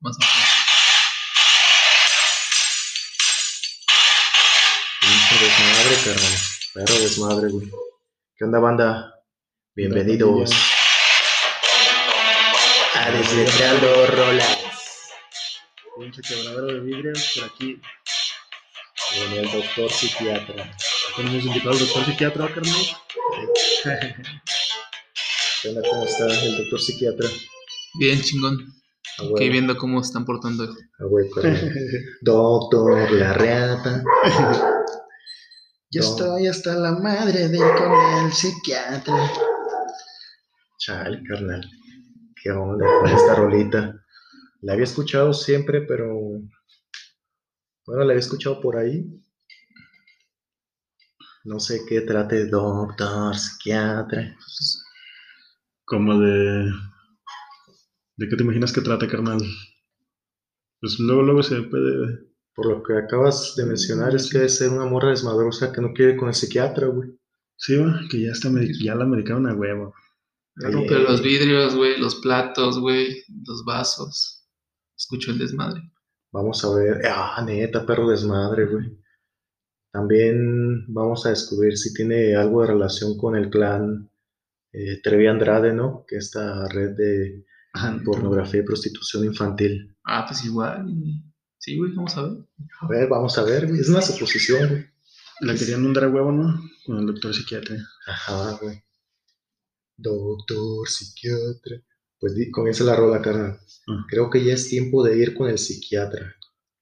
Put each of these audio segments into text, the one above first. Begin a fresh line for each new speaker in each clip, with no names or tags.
Más o menos.
Pinche desmadre, carnal. Pero desmadre, güey. ¿Qué onda, banda? Bienvenidos a Desletrando Rolas.
Pinche quebradero de vidrios por aquí.
Con el doctor psiquiatra.
Tenemos invitado al doctor psiquiatra, carnal.
¿Qué onda, cómo está el doctor psiquiatra?
Bien chingón.
A
Aquí
huevo,
viendo cómo se están portando.
a huevo, carnal. Doctor, la reata.
ya
No.
estoy hasta la madre de con el psiquiatra.
Chale, carnal. ¿Qué onda con esta rolita? La había escuchado siempre, pero. Bueno, la había escuchado por ahí. No sé qué trate, doctor, psiquiatra.
Como de. ¿De qué te imaginas que trata, carnal? Pues luego, luego se me puede.
Por lo que acabas de mencionar, es que debe ser una morra desmadrosa que no quiere con el psiquiatra, güey.
Sí, va, que ya, está medi- ya la medicaron a huevo.
Ya rompe
Bien.
los vidrios, güey, los platos, güey, los vasos. Escucho el desmadre.
Vamos a ver. Ah, neta, perro desmadre, güey. También vamos a descubrir si tiene algo de relación con el clan eh, Trevi Andrade, ¿no? Que esta red de pornografía y prostitución infantil.
Ah, pues igual. y- Sí, güey, vamos a ver.
A ver, vamos a ver, güey. Es una suposición, güey.
La querían hundar a huevo, ¿no? Con el doctor psiquiatra.
Ajá, güey. Doctor, psiquiatra. Pues di- comienza la rola, carnal.
Ah.
Creo que ya es tiempo de ir con el psiquiatra.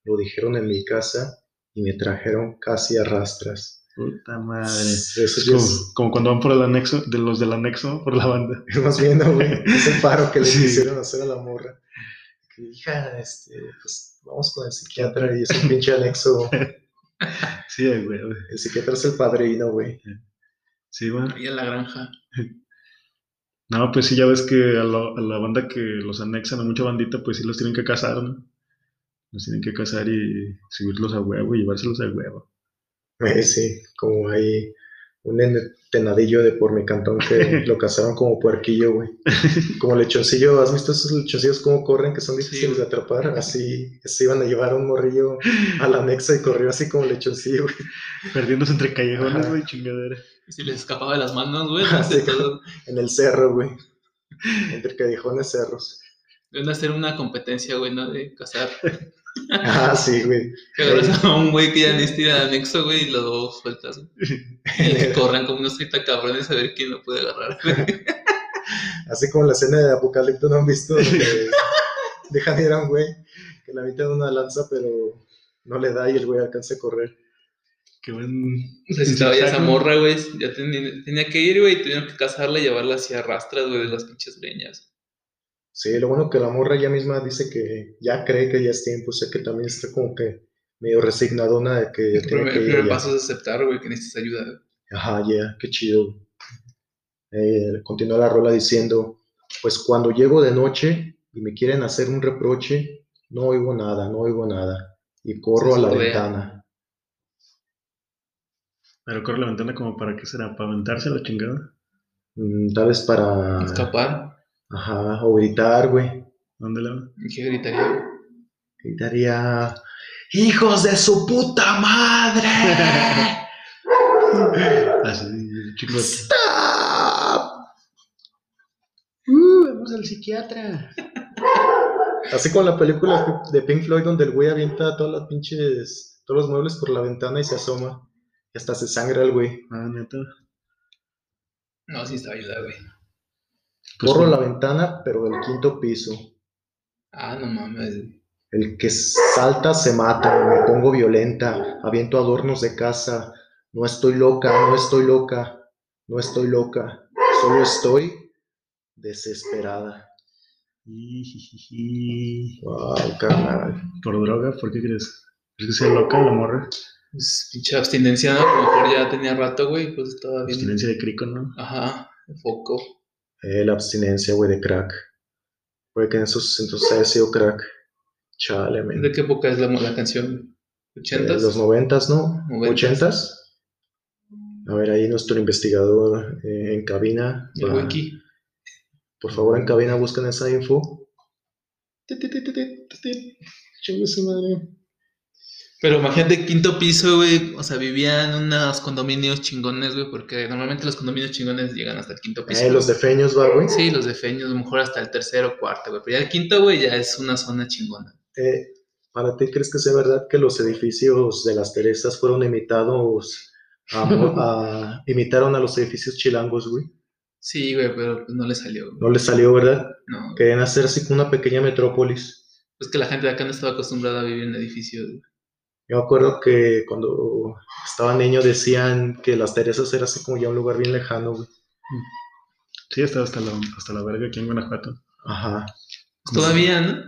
Lo dijeron en mi casa y me trajeron casi a rastras.
Puta madre.
Eso
Es
ya
como,
es-
como cuando van por el anexo, de los del anexo, por la banda.
Más bien, ¿no, güey. Ese paro que le
Sí.
quisieron hacer a la morra. Que, hija, este, pues vamos con el psiquiatra y es un pinche anexo.
Sí, a huevo.
El psiquiatra es el padrino, güey.
Sí, va.
Ahí en la granja.
No, pues sí, ya ves que a, la- a la banda que los anexan a mucha bandita, pues sí los tienen que casar, ¿no? Los tienen que casar y subirlos a huevo y llevárselos a huevo.
Eh, sí, como hay un tenadillo de por mi cantón que lo cazaron como puerquillo, güey. Como lechoncillo, ¿has visto esos lechoncillos cómo corren que son
Sí,
difíciles de
güey.
atrapar? Así se iban a llevar un morrillo a la anexa y corrió así como lechoncillo, güey.
Perdiéndose entre callejones,
Ajá.
güey, chingadera.
Y Si les escapaba de las manos, güey,
Ah, sí.
de todo.
En el cerro, güey. Entre callejones cerros.
Deben de hacer una competencia, güey, ¿no? De cazar.
Ah, sí, güey.
Que agarras a un güey que ya le estira al anexo, güey, y lo sueltas, güey. Y que corran como unos 30 cabrones a ver quién lo puede agarrar.
Así como la escena de Apocalipto, ¿no han visto? Donde dejan ir a un güey que le avientan una lanza, pero no le da y el güey alcanza a correr.
Qué buen.
Necesitaba ya esa
Exacto.
morra, güey. Ya tenía, tenía que ir, güey, y tuvieron que cazarla y llevarla hacia rastras, güey, de las pinches leñas.
Sí, lo bueno que la morra ya misma dice que ya cree que ya es tiempo, o sea que también está como que medio resignadona de que
El
ya tiene
primer,
que
el
ir
primer
ya.
paso es aceptar, güey, que necesitas ayuda. güey.
Ajá, ya, qué chido. Eh, continúa la rola diciendo, pues cuando llego de noche y me quieren hacer un reproche, no oigo nada, no oigo nada, y corro
Se
a la
sordea.
ventana.
Pero corre la ventana como para qué será, para aventarse a la chingada.
Mm, tal vez para...
Escapar.
Ajá, o gritar, güey.
¿Dónde la va?
¿Y qué gritaría? güey?
Gritaría, hijos de su puta madre.
Así, chicos.
¡Stop! Uh,
vamos al psiquiatra.
Así como la película de Pink Floyd donde el güey avienta todas las pinches, todos los muebles por la ventana y se asoma. Y hasta se sangra el güey.
Ah, neta.
No, sí necesitaba ayuda, güey.
Pues,
Corro a la ventana, pero del quinto piso.
Ah, no mames. güey.
El que salta se mata, me pongo violenta, aviento adornos de casa. No estoy loca, no estoy loca, no estoy loca, solo estoy desesperada.
Ijijiji.
Wow, carnal.
Por droga, ¿por qué crees? ¿Crees que sea loca la morra?
Pues, pinche abstinencia, ¿no? A lo mejor ya tenía rato, güey, pues estaba bien.
Abstinencia de crico, ¿no?
Ajá, el foco.
Eh, la abstinencia, güey, de crack. Porque que en esos entonces haya sido crack. Chale, men.
¿De qué época es la, la canción?
Eh,
¿80s?
los noventas, ¿no?
Noventas.
¿Ochentas? A ver, ahí nuestro investigador eh, en cabina.
el
va.
wiki.
Por favor, en cabina buscan esa info. Tit, tit, tit, tit, tit, tit. Chingue su madre.
Pero imagínate, quinto piso, güey. O sea, vivían unos condominios chingones, güey, porque normalmente los condominios chingones llegan hasta el quinto piso.
Eh, los de Feños, va, güey.
Sí, los de Feños, a lo mejor hasta el tercero o cuarto, güey. Pero ya el quinto, güey, ya es una zona chingona.
Eh, ¿Para ti crees que sea verdad que los edificios de las Teresas fueron imitados a, mo- a- imitaron a los edificios chilangos, güey?
Sí, güey, pero no le salió, güey.
No les salió, ¿verdad?
No.
Querían hacer así como una pequeña metrópolis.
Es que la gente de acá no estaba acostumbrada a vivir en edificios, güey.
Yo me acuerdo que cuando estaba niño decían que las Teresas era así como ya un lugar bien lejano, güey.
Sí, está hasta la, hasta la verga aquí en Guanajuato.
Ajá.
Pues Todavía, ¿no?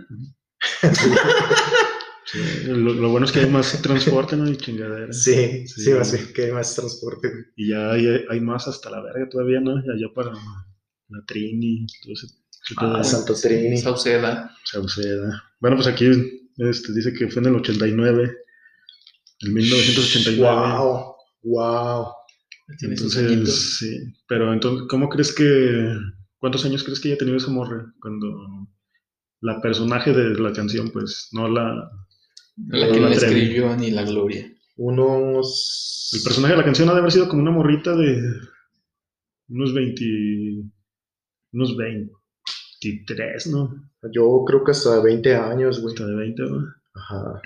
Sí, Lo, lo bueno es que hay más transporte, ¿no? Y chingadera.
Sí,
Sí.
sí, más bien que hay más transporte, güey.
Y ya hay, hay más hasta la verga todavía, ¿no? Y allá para la Trini, todo ese ese pedo.
A Santo Trini.
Sauceda.
Sauceda. Bueno, pues aquí este, dice que fue en el 89, el 1989.
Wow, wow.
Tiene sus añitos.
Entonces, sí. Pero entonces, ¿cómo crees que, cuántos años crees que haya tenido esa morra cuando la personaje de la canción, pues, no la,
No la que la
no la Trevi.
escribió ni la Gloria.
Unos.
el personaje de la canción ha de haber sido como una morrita de unos 20, unos 23, ¿no?
Yo creo que hasta 20 años, güey.
Hasta de 20, ¿no?
Ajá.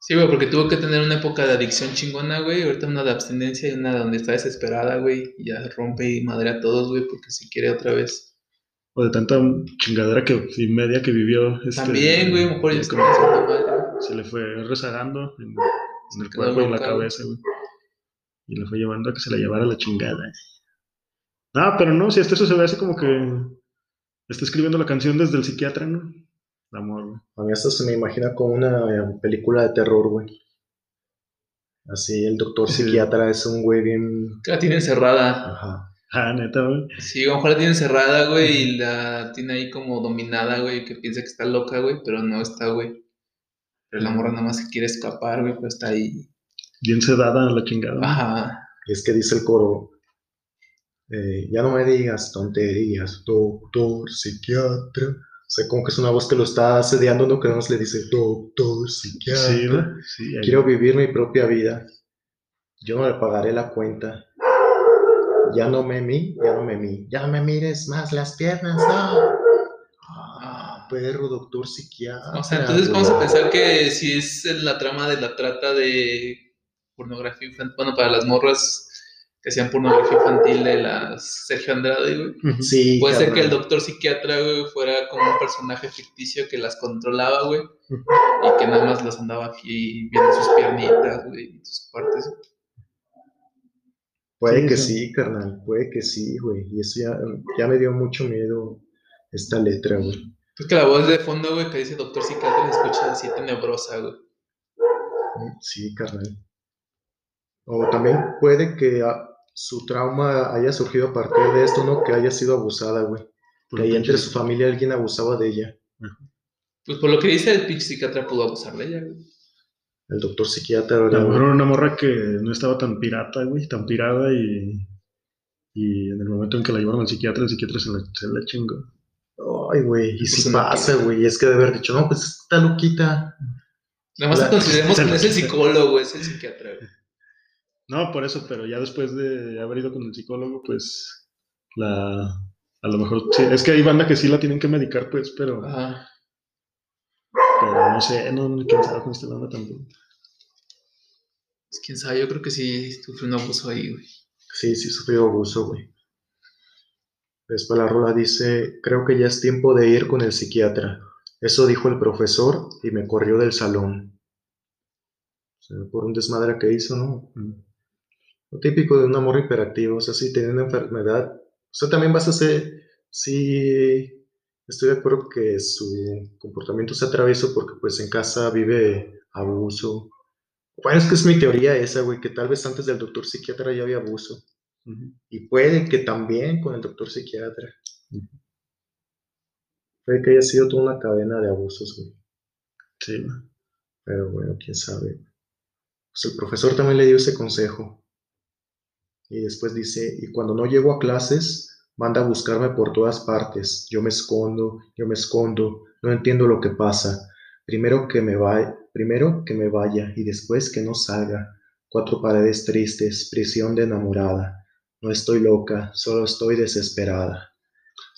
Sí, güey, porque tuvo que tener una época de adicción chingona, güey. Ahorita una de abstinencia y una donde está desesperada, güey. Y ya rompe y madre a todos, güey, porque si quiere otra vez.
O de tanta chingadera que, y media que vivió. este,
También, güey, a lo mejor ya está
como-
pensando, madre.
se le fue rezagando en, en el
quedó
cuerpo y en la
bloqueado.
cabeza, güey. Y le fue llevando a que se la llevara la chingada. No, pero no, si hasta eso se ve así como que está escribiendo la canción desde el psiquiatra, ¿no? El amor, güey.
A mí hasta se me imagina como una eh, película de terror, güey. Así, el doctor
Sí.
psiquiatra es un güey bien.
Que La tiene encerrada.
Ajá.
Ah, neta, güey.
Sí, a lo mejor la tiene encerrada, güey, y la tiene ahí como dominada, güey, que piensa que está loca, güey, pero no está, güey. Pero la morra nada más se quiere escapar, güey, pero está ahí.
Bien sedada la chingada.
Ah,
güey.
Ajá.
Y es que dice el coro. eh, ya no me digas tonterías, doctor psiquiatra. O sea, como que es una voz que lo está sediando, ¿no? Que nada más le dice, doctor psiquiatra.
sí, güey. Sí, ahí.
Quiero vivir mi propia vida. Yo no le pagaré la cuenta. Ya no me mi, ya no me mi. Ya no me mires más las piernas, no. Ah, perro, doctor psiquiatra.
O sea, entonces vamos a
güey.
pensar que si es en la trama de la trata de pornografía infantil, bueno, para las morras que hacían pornografía infantil de las Sergio Andrade, güey.
Ujú.
Sí,
Puede ser que el
cabrón.
doctor psiquiatra, güey, fuera como un personaje ficticio que las controlaba, güey. Y que nada más las andaba aquí viendo sus piernitas, güey, y sus partes.
Puede
Sí,
que
sí.
sí, carnal, puede que sí, güey. Y eso ya, ya me dio mucho miedo esta letra, güey.
Es Pues que la voz de fondo, güey, que dice doctor psiquiatra se escucha así tenebrosa, güey.
Sí, carnal. O también puede que ah, su trauma haya surgido a partir de esto, ¿no? Que haya sido abusada, güey. Que
Puro
ahí
pinche-
entre su familia alguien abusaba de ella.
Pues por lo que dice el pinche psiquiatra pudo abusar de ella, güey.
El doctor psiquiatra,
A
¿verdad?
lo
güey?
mejor era una morra que no estaba tan pirata, güey, tan pirada y, y en el momento en que la llevaron al psiquiatra, el psiquiatra se la, se la chingó.
Ay, güey, y
Pues
si
una
pasa, güey, es que de haber dicho, no, pues está loquita.
Nada más
La-
consideremos que no es el psicólogo, güey, es el psiquiatra, güey.
No, por eso, pero ya después de haber ido con el psicólogo, pues la a lo mejor sí, es que hay banda que sí la tienen que medicar, pues, pero,
Ajá.
pero no sé, no, no quién sabe con esta banda también.
Pues, quién sabe, yo creo que sí sufrió un abuso ahí, güey.
Sí, sí, sufrió abuso, güey. Después la rola dice, creo que ya es tiempo de ir con el psiquiatra. Eso dijo el profesor y me corrió del salón. O sea, por un desmadre que hizo, ¿no? Lo típico de un amor hiperactivo, o sea, si tiene una enfermedad, o sea, también vas a ser, sí, estoy de acuerdo que su comportamiento se atravieso porque pues en casa vive abuso. Bueno, es que es mi teoría esa, güey, que tal vez antes del doctor psiquiatra ya había abuso.
Ujú.
Y puede que también con el doctor psiquiatra.
Ujú.
Puede que haya sido toda una cadena de abusos, güey.
Sí,
Pero bueno, quién sabe. Pues el profesor también le dio ese consejo. Y después dice, y cuando no llego a clases, manda a buscarme por todas partes. Yo me escondo, yo me escondo, No entiendo lo que pasa. Primero que me va, primero que me vaya y después que no salga. Cuatro paredes tristes, prisión de enamorada. No estoy loca, solo estoy desesperada.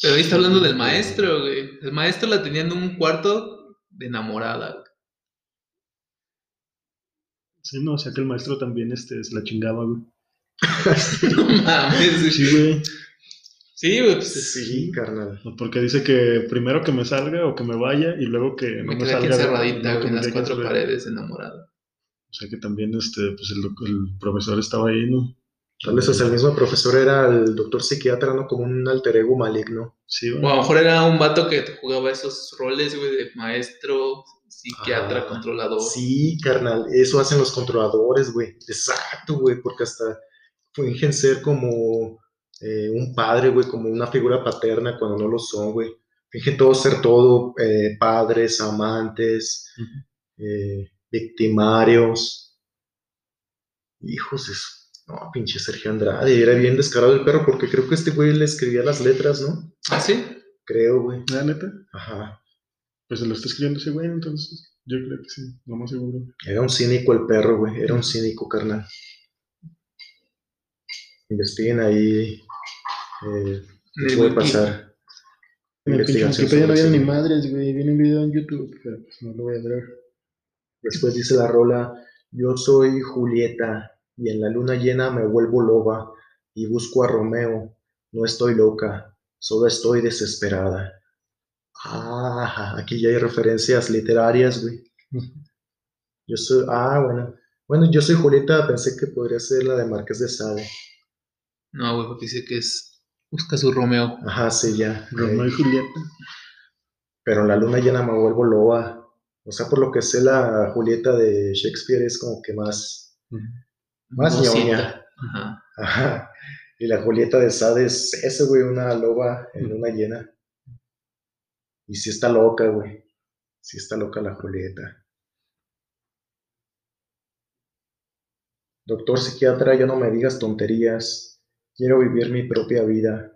Pero ahí está hablando del maestro, güey. El maestro la tenía en un cuarto de enamorada, güey.
Sí, no, o sea que el maestro también este, se la chingaba, güey.
No mames, güey.
Sí, güey.
Sí, güey, pues
Sí, carnal.
Porque dice que primero que me salga o que me vaya y luego
Eh,
que no
me
me,
quedé aquí
salga.
encerradita,
no,
güey,
que
en
me
las
deje
cuatro
entrar.
paredes enamorada.
O sea que también este, pues el, doc- el profesor estaba ahí, ¿no?
Tal vez hasta el mismo profesor era el doctor psiquiatra, ¿no? Como un alter ego maligno.
Sí, güey.
O a lo mejor era un vato que jugaba esos roles, güey, de maestro, psiquiatra,
Ah,
controlador.
Sí, carnal, eso hacen los controladores, güey. Exacto, güey, porque hasta fingen ser como eh, un padre, güey, como una figura paterna cuando no lo son, güey. Fingen todo ser todo, eh, padres, amantes, eh, victimarios. Hijos de su- No, pinche Sergio Andrade, era bien descarado el perro porque creo que este güey le escribía las letras, ¿no?
¿Ah, sí?
Creo, güey.
La neta,
Ajá.
pues se lo está escribiendo ese güey, entonces yo creo que sí, lo más seguro.
Era un cínico el perro, güey. Era un cínico, carnal. Investiguen ahí. Eh,
En
¿Qué
el
puede
wiki.
pasar?
Me pinche
Investigación
Wikipedia no
sobre
había ni
cine.
madres, güey. Viene un video en YouTube, pero pues no lo voy a ver.
Después dice la rola, yo soy Julieta y en la luna llena me vuelvo loba y busco a Romeo. No estoy loca, solo estoy desesperada. Ah, aquí ya hay referencias literarias, güey. Yo soy, ah, bueno. Bueno, yo soy Julieta, pensé que podría ser la de Marqués de Sade.
No, güey, porque dice que es. Busca su Romeo.
Ajá, sí, ya.
Romeo
Eh,
y Julieta.
Pero en la luna llena me vuelvo loba. O sea, por lo que sé, la Julieta de Shakespeare es como que más, más
Mocita.
ñoña.
Ajá.
Ajá. Y la Julieta de Sade es ese, güey, una loba en luna llena. Y sí está loca, güey. Sí está loca la Julieta. Doctor psiquiatra, ya no me digas tonterías. Quiero vivir mi propia vida.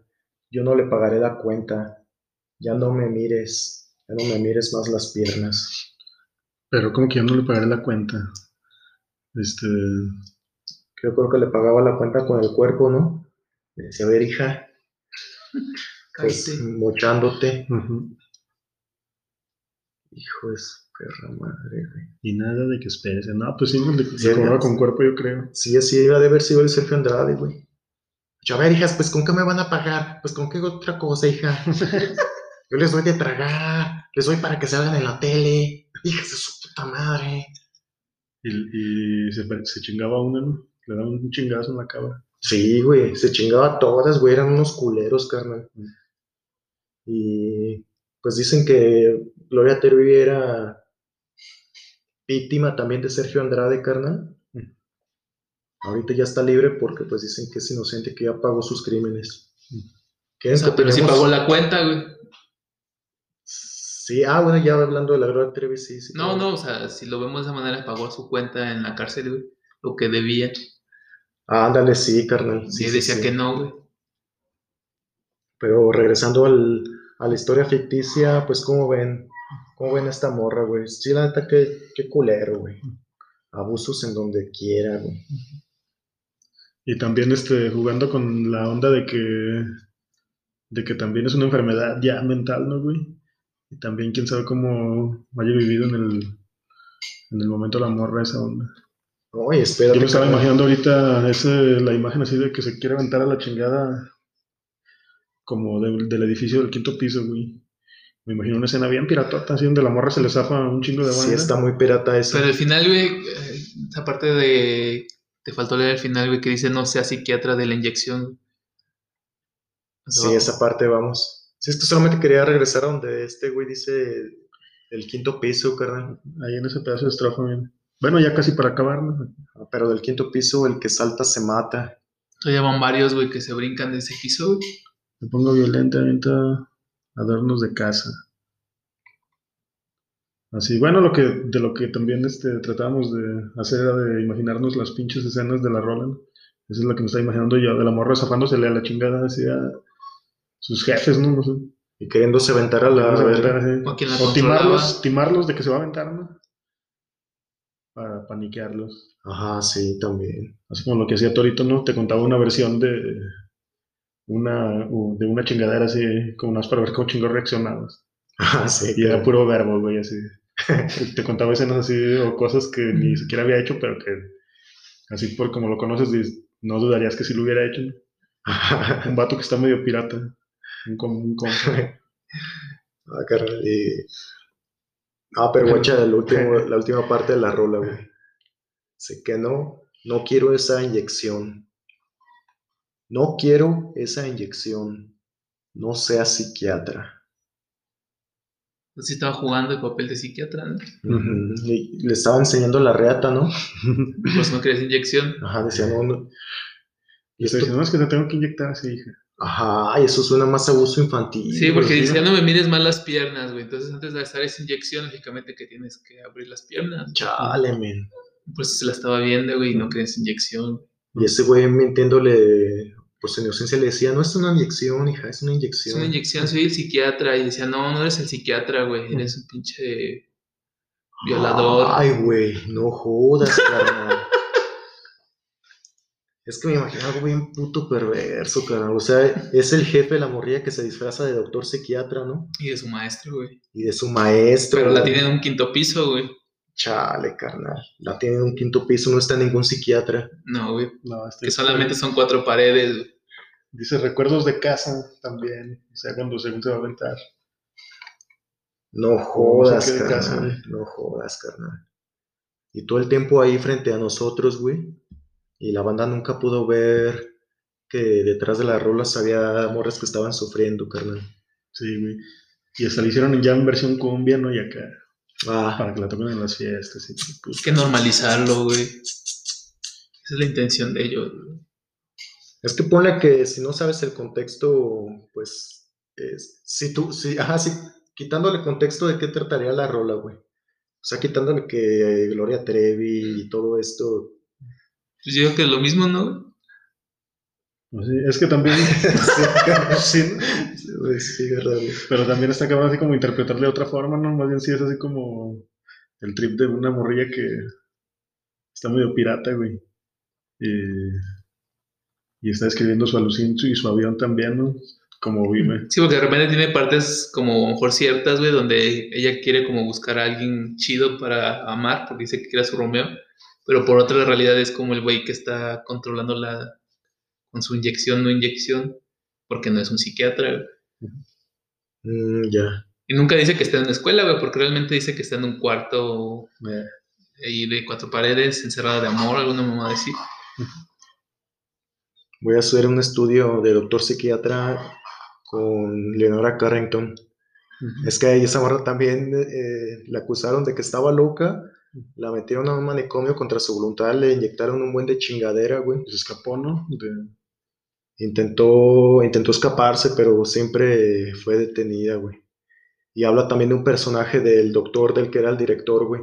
Yo no le pagaré la cuenta. Ya no me mires. Ya no me mires más las piernas.
Pero como que yo no le pagaré la cuenta. Este.
Yo creo que le pagaba la cuenta con el cuerpo, ¿no? Le decía, a ver, hija, pues
Cállate.
mochándote.
ujú.
Hijo de su perra madre, güey.
Y nada de que esperes. No, pues sí, le,
Sí,
le cobraba
ya.
con cuerpo, yo creo.
Sí, así iba de haber sido el Sergio Andrade, güey. Yo, a ver, hijas, pues ¿con qué me van a pagar? Pues ¿con qué otra cosa, hija? Yo les doy de tragar, les doy para que salgan en la tele. Hijas de su puta madre.
Y, y se, se chingaba a una, ¿no? Le daba un chingazo en la cabra.
Sí, güey, se chingaba a todas, güey, eran unos culeros, carnal.
Mm.
Y pues dicen que Gloria Terry era víctima también de Sergio Andrade, carnal.
Mm.
Ahorita ya está libre porque pues dicen que es inocente, que ya pagó sus crímenes.
Mm.
¿Qué
O sea, pero sí pagó la cuenta, güey.
Sí, ah, bueno, ya hablando de la Gloria Trevi, sí, sí.
No,
claro.
no, o sea, si lo vemos de esa manera, pagó su cuenta en la cárcel, güey. Lo que debía.
Ah, ándale, sí, carnal.
Sí,
Sí, sí,
decía
sí.
que no, güey.
Pero regresando al, a la historia ficticia, pues cómo ven, cómo ven esta morra, güey. Sí, la neta, qué, qué culero, güey. Abusos en donde quiera, güey.
Y también este, jugando con la onda de que. de que también es una enfermedad ya mental, ¿no, güey? Y también quién sabe cómo haya vivido en el. en el momento la morra esa onda.
Oye, espérate.
Yo me estaba
carnal.
imaginando ahorita ese, la imagen así de que se quiere aventar a la chingada como de- del edificio del quinto piso, güey. Me imagino una escena bien piratota, así donde la morra se le zafa un chingo de
Sí,
banda.
está muy pirata eso.
Pero al final, güey, eh, esa parte de. Te faltó leer el final, güey, que dice no sea psiquiatra de la inyección. O sea,
Sí, esa parte, vamos. Sí, es que solamente quería regresar a donde este güey dice el quinto piso, carnal.
Ahí en ese pedazo de estrofa, bien. Bueno, ya casi para acabar, ¿no?
Ah, Pero del quinto piso, el que salta se mata.
Todavía van varios, güey, que se brincan de ese piso, güey.
Me pongo violenta, avienta adornos de casa. Así, bueno, lo que, de lo que también este, tratábamos de hacer era de imaginarnos las pinches escenas de la Roland. Esa es la que me estaba imaginando yo, de la morra zafándosele a la chingada hacia sus jefes, ¿no? No sé.
Y queriéndose aventar a la...
Vamos a aventar, sí.
O quien la
O
controlaba.
timarlos, timarlos de que se va a aventar, ¿no? Para paniquearlos.
Ajá, sí, también.
Así como lo que hacía Torito, ¿no? Te contaba una versión de una, u- de una chingadera así, como unas para ver cómo chingos reaccionabas.
Ajá, Ah, sí.
Y era
que-
puro verbo, güey, así. Te contaba escenas así o cosas que ni siquiera había hecho, pero que así por como lo conoces, dices, no dudarías que sí lo hubiera hecho. ¿no? Un vato que está medio pirata. Un com- un compa.
Ah, carnal, y- Ah, pero guacha, el último- la última parte de la rola, güey. Sé que no, no quiero esa inyección. No quiero esa inyección. No seas psiquiatra.
Entonces estaba jugando el papel de psiquiatra, ¿no?
Ujú, y le estaba enseñando la reata, ¿no?
Pues no querías inyección.
Ajá, decía, no, no.
Y estoy diciendo, no, es que te tengo que inyectar así, hija.
Ajá, y eso suena más a abuso infantil.
Sí, porque
güey.
dice, ya no me mires mal las piernas, güey. Entonces, antes de hacer esa inyección, lógicamente que tienes que abrir las piernas.
Chale, men.
Pues se la estaba viendo, güey, y no querías inyección.
Y ese güey mintiéndole, pues en inocencia le decía, no es una inyección, hija, es una
Es
inyección.
una inyección, soy el psiquiatra. Y decía, no, no eres el psiquiatra, güey. Eres un pinche violador.
Ay, güey, no jodas, carnal. Es que me imagino algo bien puto perverso, carnal. O sea, es el jefe de la morrilla que se disfraza de doctor psiquiatra, ¿no?
Y de su maestro, güey.
Y de su maestro.
Pero la
güey.
tiene en un quinto piso, güey.
Chale, carnal. La tiene en un quinto piso, no está ningún psiquiatra.
No, güey.
No, este-
Que solamente son cuatro paredes, güey.
Dice recuerdos de casa también. O sea, cuando según se va a aventar.
No jodas,
se quede en casa,
carnal. No jodas, carnal. Y todo el tiempo ahí frente a nosotros, güey. Y la banda nunca pudo ver que detrás de las rolas había morras que estaban sufriendo, carnal.
Sí, güey. Y hasta le hicieron ya en versión cumbia, ¿no? Y acá,
Ah,
para que la toquen en las fiestas. Y,
Hay que normalizarlo, güey. Esa es la intención de ellos, güey.
Es que ponle que si no sabes el contexto, pues, es- si tú, si, ajá, sí, quitándole contexto de qué trataría la rola, güey. O sea, quitándole que Gloria Trevi y todo esto.
Pues yo digo que lo mismo, ¿no? güey?
Pues sí, es que también. sí,
Pues, sí, verdad, güey.
pero también está cabrón así como interpretarle de otra forma, ¿no? Más bien sí es así como el trip de una morrilla que está medio pirata, güey. Y, y está escribiendo su alucincho y su avión también, ¿no? Como vive.
Sí, porque de repente tiene partes como a lo mejor ciertas, güey, donde ella quiere como buscar a alguien chido para amar, porque dice que quiere a su Romeo, pero por otra realidad es como el güey que está controlándola con su inyección, no inyección, porque no es un psiquiatra, güey.
Mm, ya.
Y nunca dice que está en una escuela, güey, porque realmente dice que está en un cuarto
Eh,
ahí de cuatro paredes, encerrada de amor, alguna mamá decir.
Voy a hacer un estudio de doctor psiquiatra con Leonora Carrington. Es que ahí esa morra también eh, la acusaron de que estaba loca, la metieron a un manicomio contra su voluntad, le inyectaron un buen de chingadera, güey.
Se escapó, ¿no? De-
Intentó, intentó escaparse, pero siempre fue detenida, güey. Y habla también de un personaje del doctor, del que era el director, güey.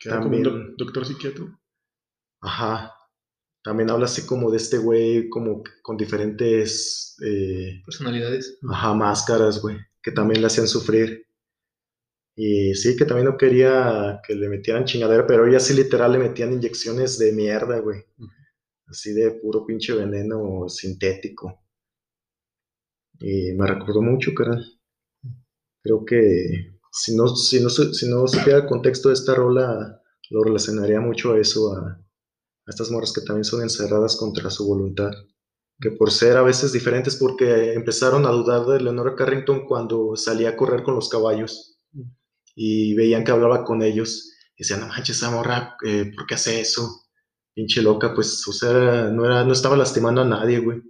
que era como un
También.
doc- doctor psiquiatra.
Ajá. También habla así como de este güey, como que con diferentes, eh,
Personalidades.
ajá, máscaras, güey, que también le hacían sufrir. Y sí, que también no quería que le metieran chingadera, pero ella sí literal le metían inyecciones de mierda, güey.
Ujú.
Así de puro pinche veneno sintético. Y me recordó mucho, carnal. Creo que si no, si no, su- si no supiera el contexto de esta rola, lo relacionaría mucho a eso, a, a estas morras que también son encerradas contra su voluntad. Que por ser a veces diferentes, porque empezaron a dudar de Leonora Carrington cuando salía a correr con los caballos y veían que hablaba con ellos. Y decían, no manches, esa morra, eh, ¿por qué hace eso? Pinche loca, pues, o sea, no, era, no estaba lastimando a nadie, güey.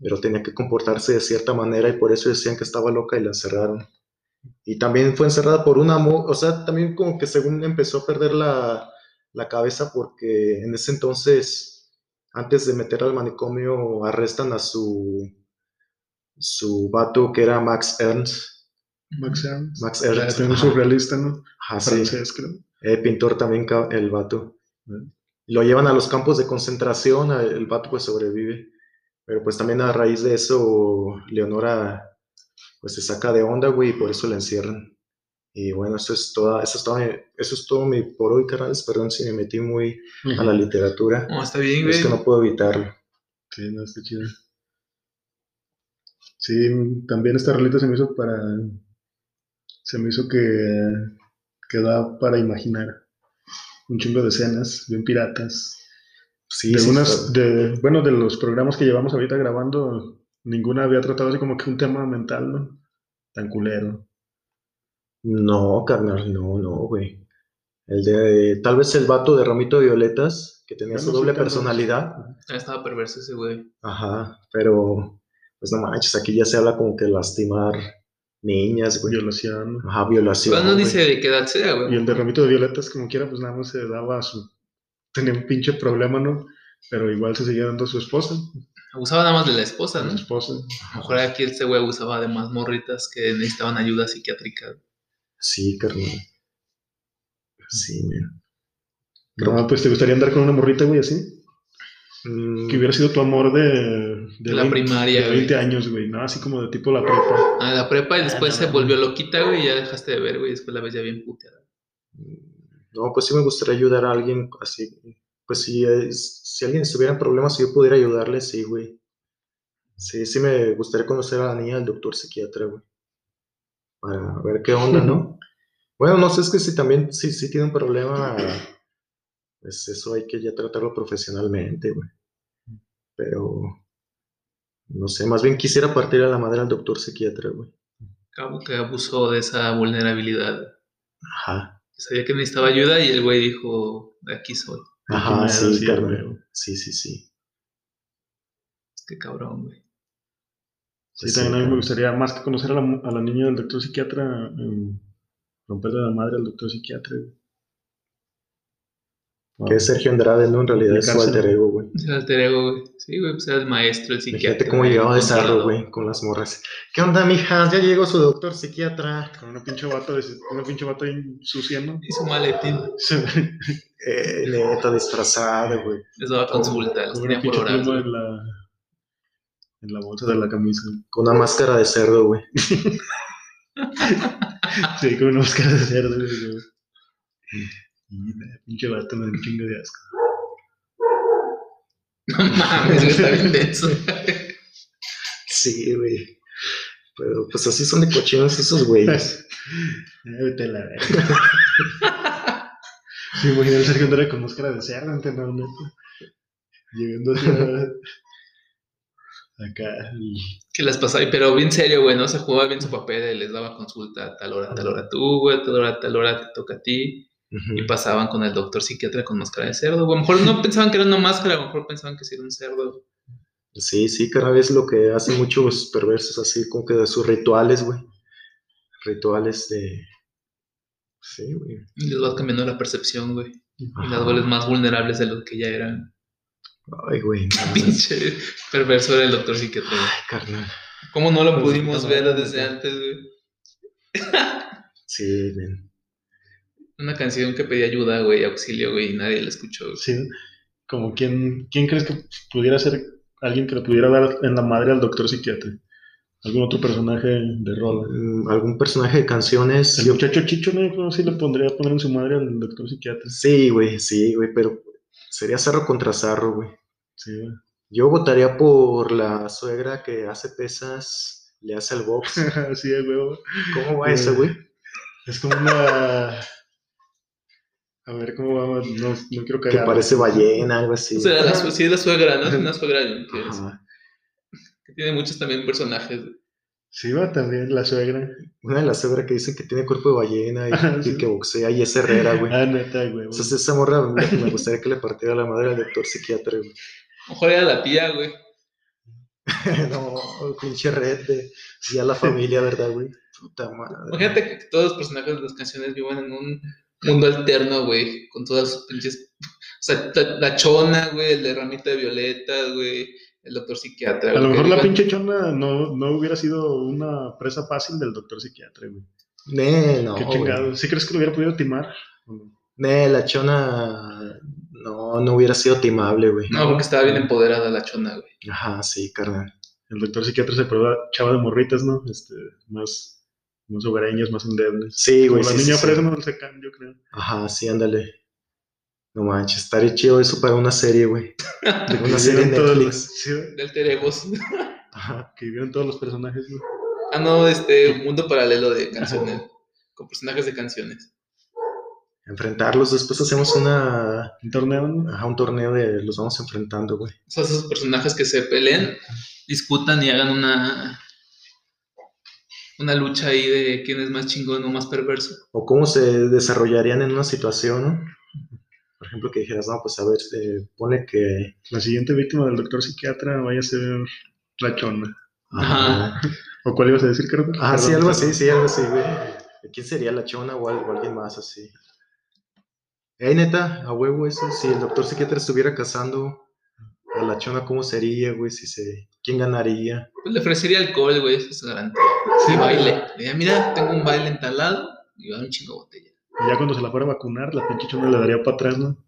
Pero tenía que comportarse de cierta manera y por eso decían que estaba loca y la encerraron. Y también fue encerrada por una, mo- o sea, también como que según empezó a perder la, la cabeza porque en ese entonces, antes de meter al manicomio, arrestan a su, su vato que era Max Ernst.
Max Ernst.
Max
Era
Ernst.
un
ajá,
surrealista, ¿no?
ajá, sí.
Francés, creo.
Eh, pintor también ca- el vato.
Mm.
Lo llevan a los campos de concentración, a- el vato pues sobrevive. Pero pues también a raíz de eso, Leonora pues se saca de onda, güey, y por eso la encierran. Y bueno, eso es, toda, eso es, todo, mi- eso es todo mi por hoy, carnales. Perdón si me metí muy a la literatura.
No, está bien, güey.
Es que no puedo evitarlo.
Sí, no, está chido. Sí, también esta rolita se me hizo para. Se me hizo que. que da para imaginar. Un chingo de escenas, bien piratas.
Sí,
de
sí,
unas,
está-
de, bueno, de los programas que llevamos ahorita grabando, ninguna había tratado así como que un tema mental, ¿no? Tan culero.
No, carnal, no, no, güey. El de, tal vez el vato de Ramito Violetas, que tenía su
Bueno, sí,
doble
tal vez.
personalidad.
Ah, Estaba perverso ese güey.
Ajá, pero, pues no manches, aquí ya se habla como que lastimar niñas, güey.
Violación. ¿no?
Ajá, violación.
Pero no
güey.
dice de qué edad sea, güey.
Y el de Ramito de Violetas, como quiera, pues nada más se daba a su. Tenía un pinche problema, ¿no? Pero igual se seguía dando a su esposa.
Abusaba nada más de la esposa,
a
¿no?
su esposa.
A lo mejor aquí este güey abusaba de más morritas que necesitaban ayuda psiquiátrica.
Sí, carnal. Sí, mira.
No, pues te gustaría andar con una morrita, güey, así.
Mm,
Que hubiera sido tu amor de. de
La primaria,
De
güey.
20 años, güey, ¿no? Así como de tipo la prepa.
A la prepa y
Ah,
después
no
se
mames.
volvió loquita, güey, y ya dejaste de ver, güey, y después la ves ya bien puteada.
No, pues sí me gustaría ayudar a alguien así. Pues si, es- si alguien estuviera en problemas, si yo pudiera ayudarle, sí, güey. Sí, sí me gustaría conocer a la niña del doctor psiquiatra, güey. Para ver qué onda, ¿no? Bueno, no sé, es que si también, si, si tiene un problema, pues eso hay que ya tratarlo profesionalmente, güey. Pero, no sé, más bien quisiera partir a la madre al doctor psiquiatra, güey.
Cabo que abusó de esa vulnerabilidad.
Ajá,
Sabía que necesitaba ayuda y el güey dijo, "De aquí soy.
ajá,
Imagina,
sí,
así,
carnal.
güey.
Sí, sí, sí.
Este cabrón, güey.
Sí,
Pues sí,
también a mí me
carnal.
gustaría, más que conocer a la, mu- a la niña del doctor psiquiatra, em, romperle la madre al doctor psiquiatra. güey.
Que es Sergio Andrade, ¿no? En realidad
Ah. De
es su
cárcel.
alter ego, güey.
El alter ego, güey. Sí, güey, pues era el maestro, el psiquiatra.
Fíjate cómo llegaba de
el
zarro,
controlador.
güey, con las morras. ¿Qué onda, mijas? Ya llegó su doctor psiquiatra.
Con una pinche bata, de, una pinche bata bien sucia, ¿no?
Y su maletín.
Eh, neta, disfrazado, güey.
Les daba consulta, los
Con
tenía por
una pinche
horas.
pluma
güey.
en la, en la bolsa de la camisa.
Con una máscara de cerdo, güey.
Sí, con una máscara de cerdo. güey, güey. Y la pinche bata me da un chingo de asco.
No mames, güey, está bien denso.
Sí, güey. Pero pues así son de cochinos esos güeyes.
Eh, vete a la verga. Me imagino al Sergio Andrade con máscara de cerdo, entrenado, neta. Llegando así a- acá. y-
Que las pasaba, pero bien serio, güey, ¿no? Se jugaba bien su papel, y les daba consulta a tal hora, a tal hora tú, güey, a tal hora, a tal hora te toca a ti. Y
Ujú.
pasaban con el doctor psiquiatra con máscara de cerdo, güey. A lo mejor no pensaban que era una máscara, a lo mejor pensaban que sí era un cerdo.
Sí, sí, cada vez lo que hacen muchos perversos así, como que de sus rituales, güey. Rituales de... Sí, güey.
Y les vas cambiando la percepción, güey. Y las
Ajá.
vuelves más vulnerables de lo que ya eran.
Ay, güey. no,
Pinche perverso era el doctor psiquiatra. güey.
Ay, carnal.
¿Cómo no lo
Pues,
pudimos
puta
ver
madre,
desde
güey.
antes, güey?
Sí, men.
Una canción que pedía ayuda, güey, auxilio, güey, y nadie la escuchó. güey.
Sí, como quién, quién crees que pudiera ser alguien que le pudiera dar en la madre al doctor psiquiatra. ¿Algún otro personaje de rol?
Mm, ¿Algún personaje de canciones?
El
Yo-
muchacho Chicho, ¿no? Yo sí le pondría a poner en su madre al doctor psiquiatra.
Sí, güey, sí, güey, pero sería zarro contra zarro, güey.
Sí, güey.
Yo votaría por la suegra que hace pesas, le hace al box.
sí, güey.
¿Cómo va eso, güey?
Es como una. A ver cómo va. No, no quiero
Que
cagar.
parece ballena, algo así.
O sea, la, su- sí, es la suegra, ¿no? Es una suegra que, es-
Ajá.
que tiene muchos también personajes. güey.
Sí, va también la suegra.
Una de las suegras que dicen que tiene cuerpo de ballena y,
Ajá,
y
Ah, sí.
que boxea y es herrera, güey.
Ah, neta, güey.
Entonces esa morra me, me gustaría que le partiera la madre al doctor psiquiatra, güey.
A lo Mejor era la tía, güey.
no, pinche red de ya la familia, ¿verdad, güey? Puta madre.
Imagínate que todos los personajes de las canciones vivan en un mundo alterno, güey, con todas sus pinches. O sea, la, la chona, güey, el de ramita de violeta, güey, el doctor psiquiatra.
A
güey,
lo
que
mejor la
vivan-
pinche chona no, no hubiera sido una presa fácil del doctor psiquiatra, güey.
Ne, no,
Qué
güey.
chingado. ¿Sí crees que lo hubiera podido timar?
Ne, la chona no, no hubiera sido timable, güey.
No, porque estaba bien empoderada la chona, güey.
Ajá, sí, carnal.
el doctor psiquiatra se prueba chava de morritas, ¿no? Este, más, más hogareñas, más endebles.
Sí, güey.
Como
sí,
la
sí,
niña
sí.
Fresno se cambia, yo creo.
Ajá, sí, ándale. No manches, estaría chido eso para una serie, güey.
De
Una serie en
vivieron todos los-
Netflix.
sí, güey,
Del Terebos.
Ajá, que vivieron todos los personajes, güey.
Ah, no, este, un mundo paralelo de canciones. Con personajes de canciones.
Enfrentarlos, después hacemos una,
Un torneo, ¿no?
ajá, un torneo de los vamos enfrentando, güey.
O sea, esos personajes que se peleen, discutan y hagan una. Una lucha ahí de quién es más chingón o más perverso.
O cómo se desarrollarían en una situación, ¿no? Por ejemplo, que dijeras, no, pues a ver, eh, pone que...
La siguiente víctima del doctor psiquiatra vaya a ser la chona.
Ajá.
¿O cuál ibas a decir, Carlos?
Ah, sí,
Perdón,
algo
Carlos.
así, sí, algo así, güey. ¿Quién sería la chona o al- o alguien más así? Ey, neta, a huevo eso. Si el doctor psiquiatra estuviera casando a la chona, ¿cómo sería, güey? Si se... ¿Quién ganaría?
Pues le ofrecería alcohol, güey, eso es garantía. Sí, baile. Le diría, mira, tengo un baile entalado y va un chingo de botella.
Y ya cuando se la fuera a vacunar, la pinche chona le daría para atrás, ¿no?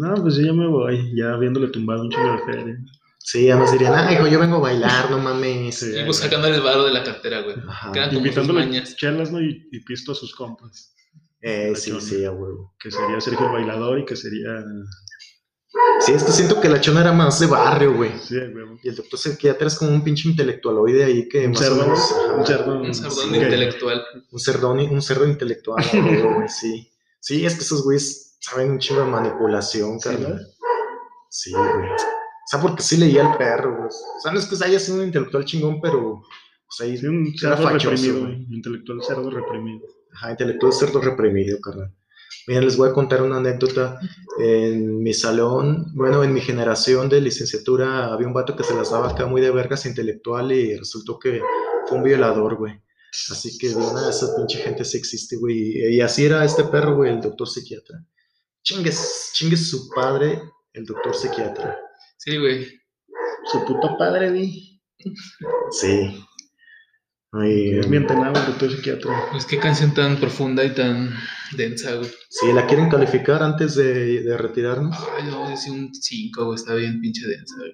No, pues yo ya me voy, ya viéndole tumbado un chingo de feria.
Sí, además dirían, ah, hijo, yo vengo a bailar, no mames.
Sí.
Y pues sacando el varo de la cartera, güey.
Ajá.
Gran- Ah, como sus
Invitándole
mañas.
chelas, ¿no? Y, y pisto a sus compas.
Eh, sí,
Chona.
sí, a huevo.
Que sería Sergio el Bailador y que sería...
Sí, es que siento que la chona era más de barrio, güey.
Sí, güey. Un
Y el doctor psiquiatra es como un pinche intelectualoide ahí que más o
cerdo,
menos,
¿no?
ajá,
Un cerdo.
Un sardón
que-
intelectual.
un cerdón, un cerdo intelectual, a huevo, güey, sí. Sí, es que esos güeyes saben un chingo de manipulación,
Sí,
carnal. Sí, güey. O sea, porque sí leía el perro, güey. O sea, no es que haya sido un intelectual chingón, pero pues ahí,
Sí, un
Era
cerdo
fachoso,
reprimido,
güey.
güey. Un intelectual cerdo reprimido.
ajá, intelectual cerdo reprimido, carnal. Miren, les voy a contar una anécdota. En mi salón, bueno, en mi generación de licenciatura, había un vato que se las daba acá muy de vergas intelectual y resultó que fue un violador, güey. Así que de una de esas pinche gente sí existe, güey. Y así era este perro, güey, el doctor psiquiatra. Chingues, chingues su padre, el doctor psiquiatra.
Sí, güey.
Su puta padre, güey.
Sí. Ay, Eh,
Es mi antenado, el doctor psiquiatra.
Pues qué canción tan profunda y tan densa, güey.
sí, la quieren calificar antes de, de retirarnos.
Ay, yo voy a decir un 5, güey. Está bien pinche densa, güey.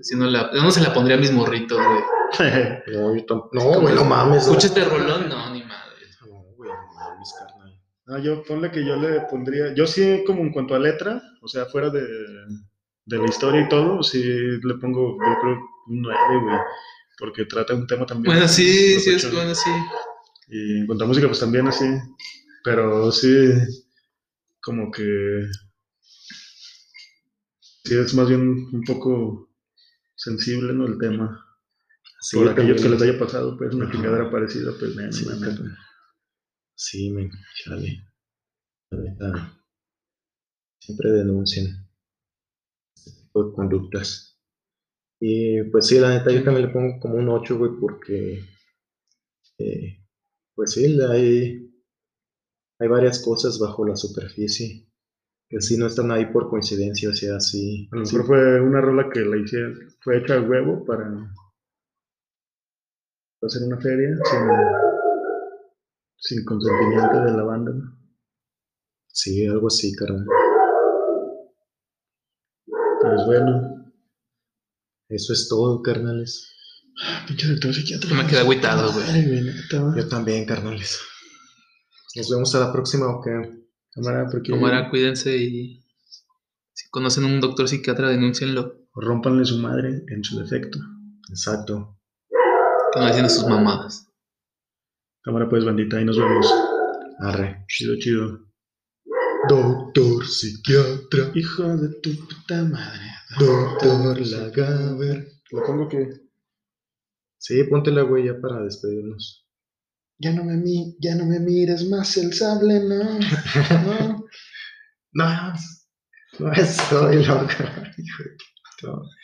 Si no, la, yo no se la pondría a mis morritos, güey.
No, yo tampoco. No, güey, no mames. no.
Escucha este rolón, no, ni madre.
No, güey, no mames, carnal.
No, yo ponle que yo le pondría, yo sí como en cuanto a letra, o sea, fuera de, de la historia y todo, sí le pongo, yo creo, un 9, güey, porque trata un tema también.
Bueno, Pues sí, sí, es
locochón.
bueno, sí.
Y en cuanto a música, pues también así, pero sí, como que, sí es más bien un poco sensible, ¿no? El tema.
Sí,
Por
yo
aquello que
también.
les haya pasado, pues, una
Ajá.
chingadera parecida, pues, me,
Sí,
me- me-
carnal. Sí, men, chale. La neta, Siempre denuncien este tipo de conductas. Y pues sí, la neta, yo también le pongo como un 8, güey, porque. eh, pues sí, la- hay, hay varias cosas bajo la superficie que sí no están ahí por coincidencia, o sea, sí.
A lo
sí,
mejor fue una rola que la hice, fue hecha a huevo para hacer una feria sin, sin consentimiento de la banda. ¿no?
sí, algo así, carnal.
Pues bueno,
Eso es todo, carnales.
pinche doctor psiquiatra.
Yo me quedé agüitado, güey.
Ay, güey, neta, va.
Yo también, carnales. Nos vemos a la próxima, ¿o qué?
Cámara, porque
Cámara, cuídense y si conocen a un doctor psiquiatra, denúncienlo.
rompanle su madre en su defecto.
Exacto.
Que no haciendo sus mamadas.
Cámara, pues, bandita, ahí nos vemos.
Arre.
Chido, chido.
Doctor psiquiatra,
Hijo de tu puta madre.
doctor Lagaver.
Le pongo que
Sí, ponte la güey ya para despedirnos.
ya no me, mi- ya no me mires más el sable, no. no.
No, no estoy loca. Hijo de puta.